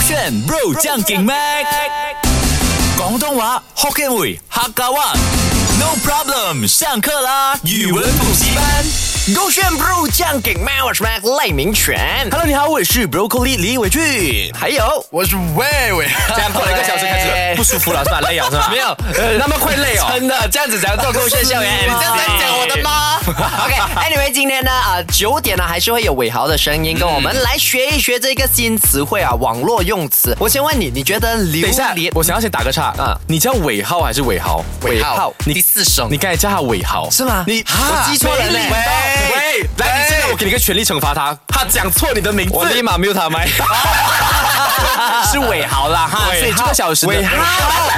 选 Bro 将劲 Mac，广东话 Hokkien 语客家话。No problem，上课啦！语文补习班。勾选 Bro 酱给麦，我是 Mac 赖明全， Hello，你好，我是 Broccoli 李伟俊。还有我是魏伟，这样过了一个小时开始了不舒服了是吧？累了是吧？没有哎呃， 那么快累哦。真的这样子才能做勾选啊校园，哎你这样才讲我的 吗？OK，Anyway，、今天呢啊九点呢还是会有伟豪的声音跟我们来学一学这个新词汇啊，网络用词。我先问你，你觉得榴等一下莲，我想要先打个岔啊啊！你叫尾号还是尾豪？尾号你第四声你刚才叫他尾豪是吗你哈我记错了没嘞！礼貌喂，来，你现在我给你一个权利惩罚他，他讲错你的名字，我立马没有他麦。 是尾豪啦哈，所以这个小时尾豪啊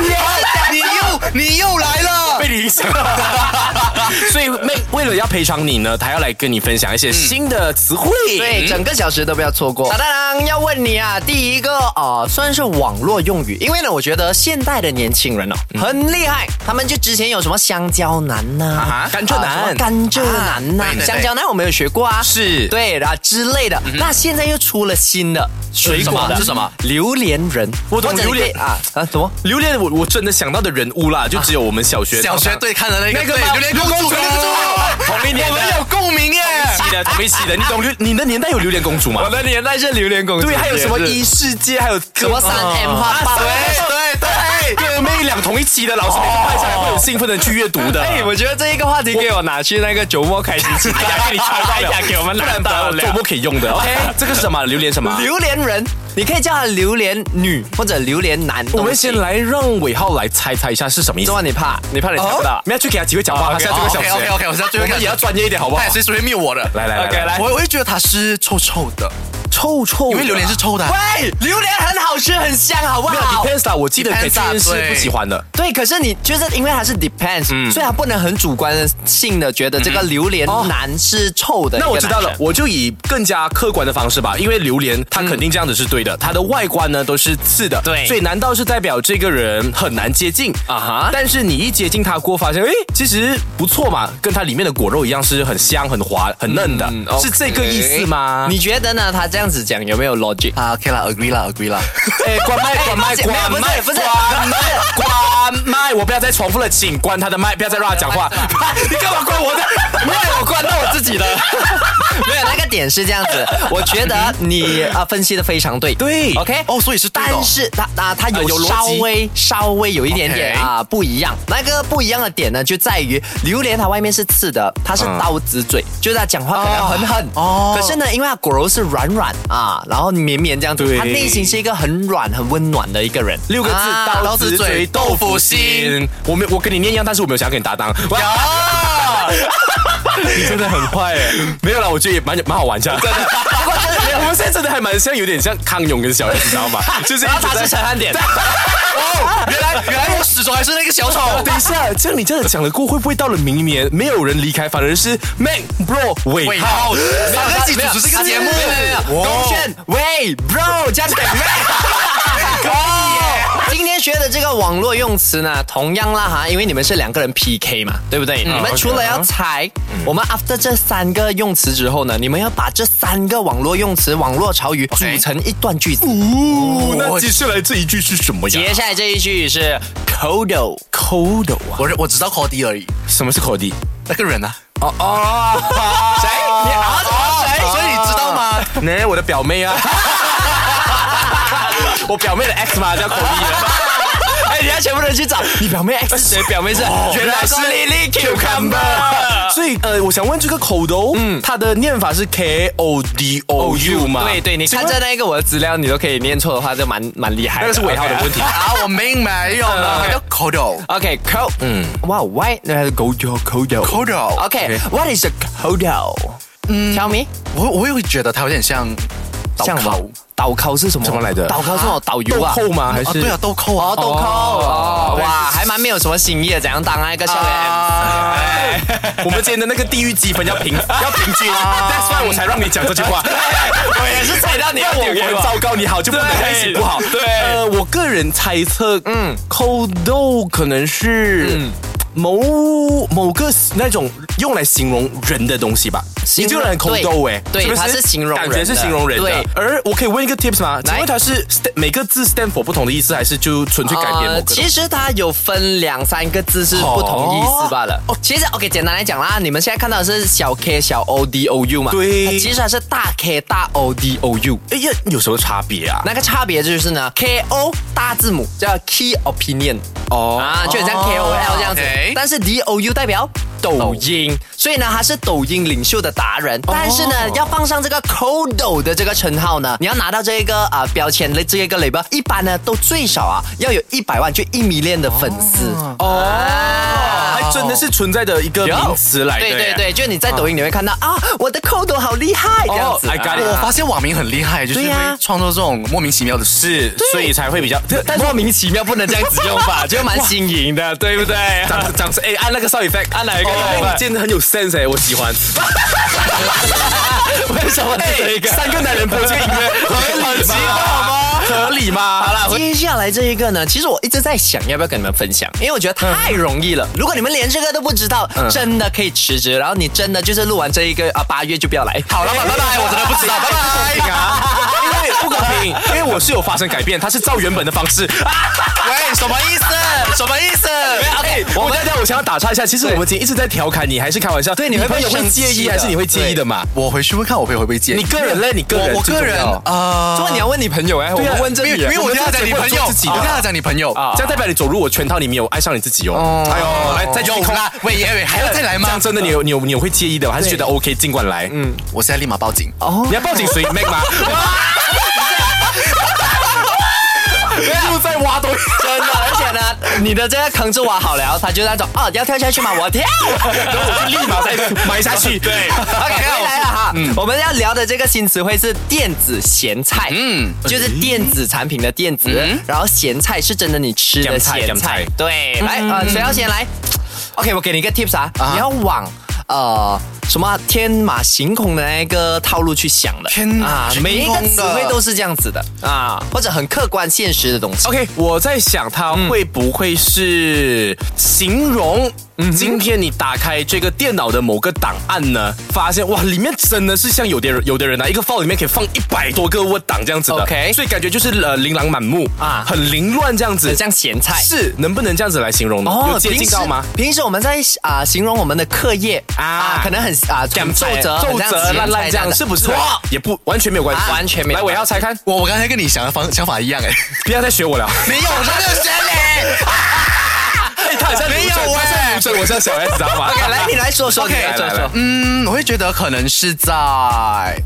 你又你又来了， 被你影 响了，所以为为了要赔偿你呢，他要来跟你分享一些新的词汇。嗯对，整个小时都不要错过。小当当要问你啊，第一个呃，算是网络用语，因为呢，我觉得现代的年轻人哦、很厉害，他们就之前有什么香蕉男呐、啊哈呃什么甘蔗男呐、啊对对对香蕉男我们有学过啊，是对啊之类的。那现在又出了新的水果的是什么？榴莲人，我懂或者你可以榴莲啊啊什么？榴莲，我我真的想到的人物啦，就只有我们小学小学队看的那个那个对吗榴莲公主，榴榴莲莲公公主主，同一年我的们有共鸣耶，同一期的同一期的，你懂榴你的年代有榴莲公主吗？我的年代是榴莲公主，对，还有什么一世界，还有什么三 M 花啊瓣？对对对，哥妹俩同一期的，老师每个派下来会有兴奋的去阅读的。哎，我觉得这一个话题给我拿去那个周末开心期，给你抄一下，给我们不然两不大然聊做。不可以用的。OK，这个是什么？榴莲什么？榴莲人，你可以叫他榴莲女或者榴莲男。我都们行先来让伟浩来猜猜一下是什么意思这。么你怕？你怕你猜不哦到你要去给他机会讲话，他 OK，下这个小 OK 时。 OK OK，我是要最我后一们个也要专业一点，好不好他也？随时会灭我的，来来来？OK，来，来，我我会觉得它是臭臭的，臭臭，因为榴莲是臭的，喂，榴莲很好吃，很香，好不没有好？ depends 啦，我记得 Depends 啊给天是不喜欢的。对，可是你就是因为它是 depends，、所以它不能很主观性的觉得这个榴莲男是臭的。哦那我知道了，，我就以更加客观的方式吧，因为榴莲它肯定这样子是对的，它的外观呢都是刺的，对所以难道是代表这个人很难接近啊哈但是你一接近它过后，发现诶，其实不错嘛，跟它里面的果肉一样是很香、很滑、很嫩的，是这个意思吗？你觉得呢？他这样子讲有没有 logic？啊 OK 啦，agree 啦，agree 啦， 哎，关麦，关麦，不是没有关不是麦，不是 关麦，关麦！我不要再重复了，请关他的麦，不要再让他讲话。 你干嘛关我 的？没有，我关到我自己的。 没有，那个点是这样子，我觉得你啊分析的非常对。对，OK，哦，所以是对的但是它它它啊有有逻辑稍微稍微有一点点 OK 啊不一样，那个不一样的点呢，就在于榴莲它外面是刺的，它是刀子嘴，就是它讲话可能很狠哦哦，可是呢，因为它果肉是软软啊，然后绵绵这样子，对它内心是一个很软很温暖的一个人。六个字啊，刀子嘴 豆腐心。我没，我跟你念一样，但是我没有想要跟你搭档。哇， 你真的很坏哎！没有啦，我觉得也蛮蛮好玩一下。 真的，哎我们现在真的还蛮像，有点像康永跟小燕，你知 道吗？就是然后他是陈汉典， 哦，原来原来我始终还是那个小丑， 等一下，这样你这样讲了过，会不会到了明年没有人离开，反而是 Mac Bro 尾尾号号？三个一起主持这个节目，没有没有没有，哇勾选喂 bro 加 点喂。哦今天学的这个网络用词呢，同样啦哈，因为你们是两个人 PK 嘛，对不对？你们除了要猜，我们 after 这三个用词之后呢，你们要把这三个网络用词、网络潮语组 OK 成一段句子。哦，那接下来这一句是什么接呀下来这一句是 codo。 ？Codo 啊，我我知道 Cody 而已，什么是 Cody？那个人啊，谁？你啊？哎谁？所以你知道吗？ 呢？我的表妹啊， 我表妹的 X 嘛叫 Cody 哎，你要全部人去找你表妹 X 谁？表妹是原来是 Lily 的。 所以呃，我想问这个 Codo，嗯，它的念法是 K O D O U 吗？对对，你看着那个我的资料，你都可以念错的话，就蛮蛮厉害的。那个是尾号的问题。啊，我明白，有 了，还叫 Cody。 OK, code. 嗯，哇，why 那是 go to code. Codel OK, what is a code? Tell me，我我也会觉得它有点像倒像什扣么倒扣是什么？怎么来的倒扣是什么？导游啊？豆蔻吗？还啊，是对啊， 豆蔻啊，豆蔻哦，哇，还蛮没有什么新意的，怎样当那个校园？啊，我们今天的那个地域积分要平要平均，That's 啊 why 我才让你讲这句 话。我也是猜到你要丢给我我糟糕，你好就不能开心不好。对呃，我个人猜测，嗯，扣豆可能是。嗯某某个那种用来形容人的东西吧，形你容这个人很空对洞哎，对是不它是形容感觉人是的形容人的对。而我可以问一个 tips 吗？请来问它是 stand, 每个字 stand for 不同的意思，还是就纯粹改变某个东西？呃其实它有分两三个字是不同意思罢了。哦，其实 OK，简单来讲啦，你们现在看到的是小 K 小 O D O U 嘛？对它其实它是大 K 大 O D O U。哎呀，有什么差别啊？那个差别就是呢，K O 大字母叫 Key Opinion 哦啊，就很像 K O L 这样子 OK。但是 D O U 代表抖音，所以呢，它是抖音领袖的达人。但是呢，要放上这个 Kodo 的这个称号呢，你要拿到这个啊、呃标签的这个 label，一般呢都最少啊要有一百万就一米恋的粉丝。哦，还真的是存在的一个哦名词来的对耶。对对，就你在抖音你会看到啊，我的 Kodo 好厉害这样哦子。啊 I got it 我发现网民很厉害，就是对呀会创作这种莫名其妙的事。是，所以才会比较。但是莫名其妙不能这样子用 吧，就蛮新颖的，对不对？掌掌声，哎，按那个 sound effect，按哪一个？哦你真的很有 sense 哎，我喜欢。为 什么这一个？三个男人播这个音乐，合理吗？合理吗？好了，接下来这一个呢，其实我一直在想要不要跟你们分享，因为我觉得太容易了。如果你们连这个都不知道，真的可以辞职，然后你真的就是录完这一个啊，八月就不要来。好了，拜 拜，我真的不知道，拜拜。因为不公平，因为我是有发生改变，他是照原本的方式。哎喂，什么意思？什么意思？ OK，我哎大家我想要打岔一下，其实我们今天一直在调侃你，还是开玩笑？对，你会朋友会生气介意的还是你会介意的嘛？我回去会看我朋友会不会介意。你个人嘞？你个人我我最个重人要啊，所以你要问你朋友哎，我们问这因为里因啊，为我听他讲你朋友，我我们自己听他讲你朋友啊，这样代表你走入我圈套，你没有爱上你自己哦。哎呦，来再有啦，喂喂喂，还要再来这样吗？真的，你有你有你有会介意的，我还是觉得 OK，尽管来。嗯，我现在立马报警。你要报警谁 make 吗？又在挖东西。真的，而且呢，你的这个坑是挖好了，他就那种哦，要跳下去吗？我跳。然后我就立马再埋下去。对， OK，回来了啊哈。我们要聊的这个新词汇是电子咸菜，嗯，就是电子产品的电子，然后咸菜是真的你吃的咸咸菜菜，对，来，呃，谁要先来？OK，我给你一个 tips 啊，你要往呃什么啊天马行空的那个套路去想的，啊天马行空的每一个词汇都是这样子的啊，或者很客观现实的东西。 OK，我在想它会不会是形容今天你打开这个电脑的某个档案呢？发现哇，里面真的是像有的人有的人啊，一个 file 里面可以放一百多个 Word 档这样子的 OK 所以感觉就是呃琳琅满目啊啊，很哦凌乱这样子。像咸菜是能不能这样子来形容呢？有接平近时到吗？哦平时我们在啊、形容我们的课业啊啊可能很啊很皱皱褶、很褶哎烂烂这样是不是啊错？？也不完全没有关系，啊完全没有来，我关系要猜看，我我刚才跟你想的方想法一样哎，不要再学 我了。没有，我才没有学嘞。哎，他好像没有刘真哎他像刘真我像小 S，知道吗 OK，来你 来说说 OK，你来说来来说来。 嗯，我会觉得可能是在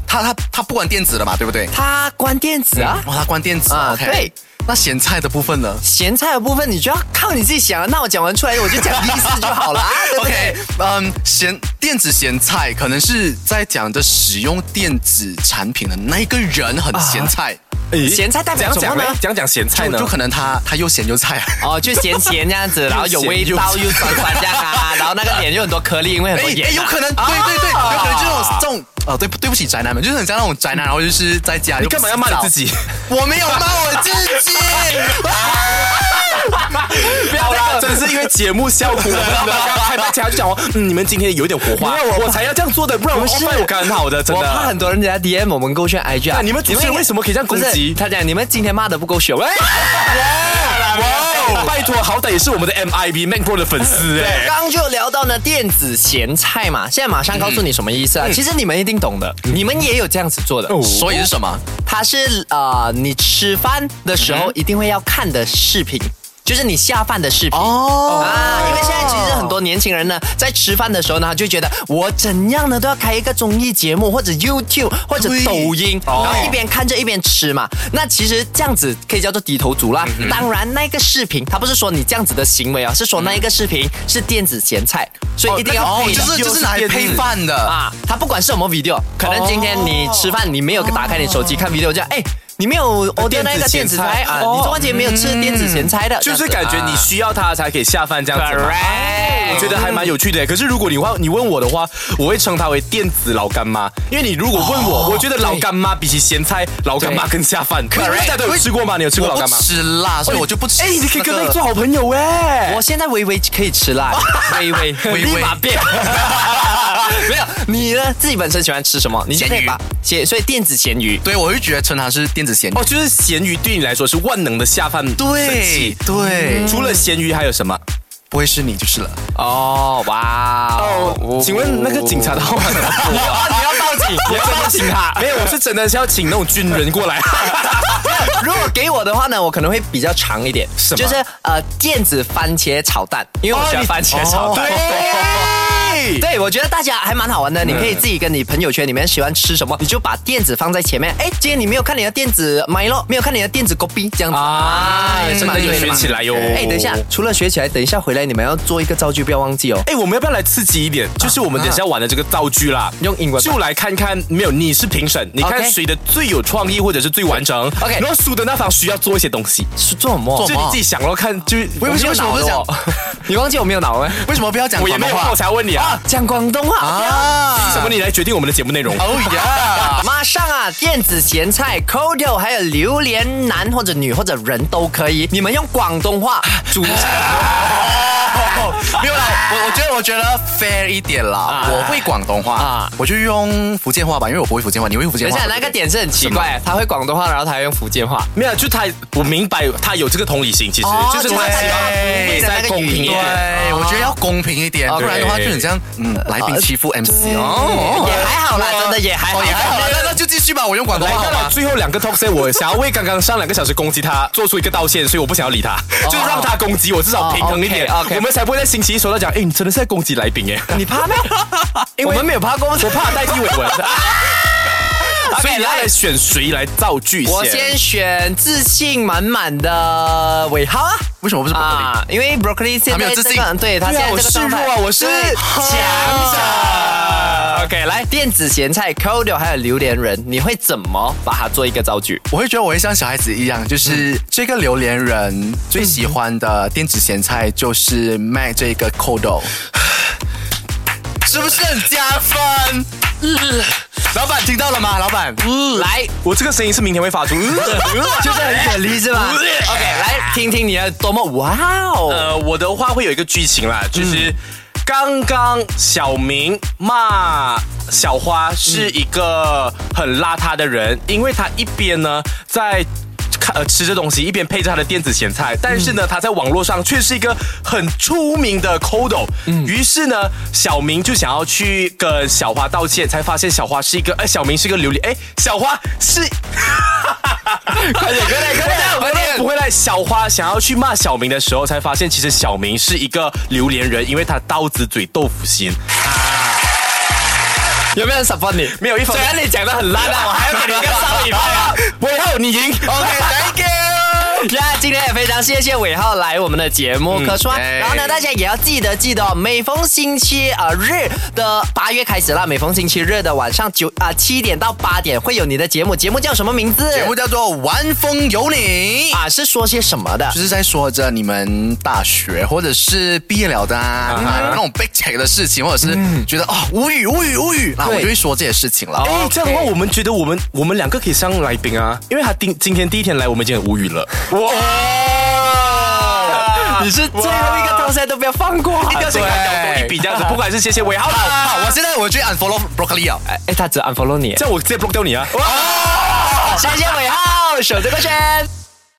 他他他不关电子的嘛，对不对？嗯它关电子嗯啊，哇，他关电子啊，OK。对，那咸菜的部分呢咸菜的部分你就要靠你自己想了。啊那我讲完出来，我就讲意思就好 了 啊，对不对？OK，嗯，咸电子咸菜可能是在讲着使用电子产品的那一个人很咸菜，哎咸菜代表讲什么讲呢嘞讲讲咸菜就呢就？可啊能他他又咸又 菜。哦，就咸咸这样子，然后有味道又酸酸这样啊，然后那个脸又很多颗粒，因为很哎多啊盐、哎，有可能，对对对，有可能就是那种这种，呃，对不对不起宅男们，就是很像那种宅男，然后就是在家你干嘛要骂你 自？己？我没有骂我自己，不要啦，真的是因为节目效 果，开麦前就讲哦，嗯，你们今天有点火花，我才要这样做的，不然我是 offer 我感很好的，真我怕的。很多人家 DM 我们勾选 IG 啊那你们主持人为什么可以这样攻不是击？他讲你们今天骂的不够哎血，喂，哇，拜托，好歹也是我们的 MIB Mac Pro 的粉 丝哎。刚就聊到呢电子咸菜嘛，现在马上告诉你什么意思啊？其实你们一定懂的，你们也有这样子做的。所以是什么？它是呃，你吃饭的时候一定会要看的视频。就是你下饭的视频 哦啊，因为现在其实很多年轻人呢，在吃饭的时候呢，他就觉得我怎样呢都要开一个综艺节目，或者 YouTube，或者对抖音，然哦后一边看着一边吃嘛。那其实这样子可以叫做低头族啦。嗯当然，那个视频它不是说你这样子的行为啊，是说那一个视频是电子咸菜，所以一定要哦，配的就是就是拿来配饭的。啊啊，他不管是什么 video，可能今天你吃饭你没有打开你手机看 video，这样哎。你没有 order 电子那个电子咸菜菜哦啊，你中秋节没有吃电子咸菜的，嗯 就是这样感子觉你需要它才可以下饭这样子嘛。 Correct 我觉得还蛮有趣的。可是如果你话你问我的话，我会称它为电子老干妈，因为你如果问哦我，我觉得老干妈比起咸菜，老干妈更下饭。可是 Correct 大家都有吃过吗？你有吃过老我不干妈？吃辣，所以我就不吃。哎，你可以跟那那个做好朋友哎。我现在微微可以吃辣，微 微微微立马变。没有，你呢？自己本身喜欢吃什么？你就可以把咸，所以电子咸鱼。对，我会觉得称它是电子咸鱼。哦，就是咸鱼对你来说是万能的下饭神对嗯器。嗯对，除了咸鱼还有什么？不会是你就是了。哦，哇哦，请问那个警察的话怎么说啊？ 你要报警！啊我真的请他？没有，我是真的是要请那种军人过来。如果给我的话呢，我可能会比较长一点，什么就是呃，电子番茄炒蛋，因为我喜欢番茄炒蛋。哦对 对，我觉得大家还蛮好玩的，你可以自己跟你朋友圈里面喜欢吃什么，你就把电子放在前面。哎，今天你没有看你的电子买咯，没有哎看你的电子 copy 这样子啊也是真的蛮有对学嘛起来哟。哎，等一哦下，除了学起来，等一下回来你们要做一个造句，不要忘记哦。哎，我们要不要来刺激一点？就是我们等一下玩的这个道具啦，用英文吧就来看看，没有，你是评审，你看 OK 谁的最有创意或者是最完整。 OK 然后输的那方需要做一些东西，是做什么？就你自己想咯，看就我我没没有有脑脑的的哦哦，你忘记我没有脑了？为什么不要讲我也广没东有，话我？才问你啊，讲广东话啊凭什么你来决定我们的节目内容？哦呀！ 马上啊，电子咸菜、c o d o 还有榴莲，男或者女或者人都可以。你们用广东话主没有啦，我我觉得我觉得 fair 一点啦。我会广东话啊，我就用福建话吧，因为我不会福建话，你会福建等一话。下，那个点是很奇怪，他会广东话，然后他还用福建话。没有，就他，我明白他有这个同理心，其实哦就是就是他他希望对比赛公平对一点。，我觉得要公平一点，哦不然的话就对很像嗯来宾欺负 MC 哦。也还好啦，真的也还好哦，也还好啦，那那就继续吧，我用广东来，话好看到吗？最后两个 talk set，我想要为刚刚上两个小时攻击他做出一个道歉，所以我不想要理他，就让他攻击我，至少平衡一点。哦哦，OK，OK 我们才不会在星期一说到讲，哎，你真的是在攻击来宾 哎， 你怕没？因为我们没有怕攻，我怕代替伟 文。所以你要来选谁来造句我先选自信满满的伟豪啊。为什么不是 broccoli？啊，因为 broccoli 现在他没有自信这个对他现对啊在这我个示状弱态啊，我是对强者。OK，来电子咸菜、c o d o 还有榴莲仁，你会怎么把它做一个造句？我会觉得我会像小孩子一样，就是这个榴莲人最喜欢的电子咸菜就是卖这个 Codo，是不是很加分？ 嗯老板听到了吗？老板，来，我这个声音是明天 会发出。 就是很可怜是吧？OK，来听听你的多么哇哦！呃，我的话会有一个剧情啦，就是刚刚小明骂小花是一个很邋遢的人，因为他一边呢在。看呃，吃着东西一边配着他的电子咸菜，但是呢，他在网络上却是一个很出名的 codo。于是呢，小明就想要去跟小花道歉，才发现小花是一个，哎、小明是个榴莲，哎、小花是 快点，快点，快点，快点！不会来。小花想要去骂小明的时候，才发现其实小明是一个榴莲人，因为他刀子嘴豆腐心。有没有人 support 你？没有一方面，虽然你 讲的很烂啊，我还要给你一个上礼 拜。尾后你赢。 OK，Thank you。那今天也非常谢谢伟浩来我们的节目客串，哎然后呢，大家也要记得记得哦，每逢星期呃日的八月开始啦，每逢星期日的晚上九啊七点到八点会有你的节目，节目叫什么名字？节目叫做《玩风有你》。啊是说些什么的？就是在说着你们大学或者是毕业了的、啊那种被踩的事情，或者是觉得啊、无语无语无语，那我就会说这些事情了。哎，这样的话，我们觉得我们我们两个可以上来宾啊，因为他今今天第一天来，我们已经很无语了。 哇！ 你是最后一个套赛都不要放过啊，一定要先跟他交多一笔这样子，不管是谢谢尾号好，啦，我现在我去 unfollow broccoli 啊了。哎哎，他只 unfollow 你这，样我直接 block 掉你啊。谢谢伟浩，守这个圈。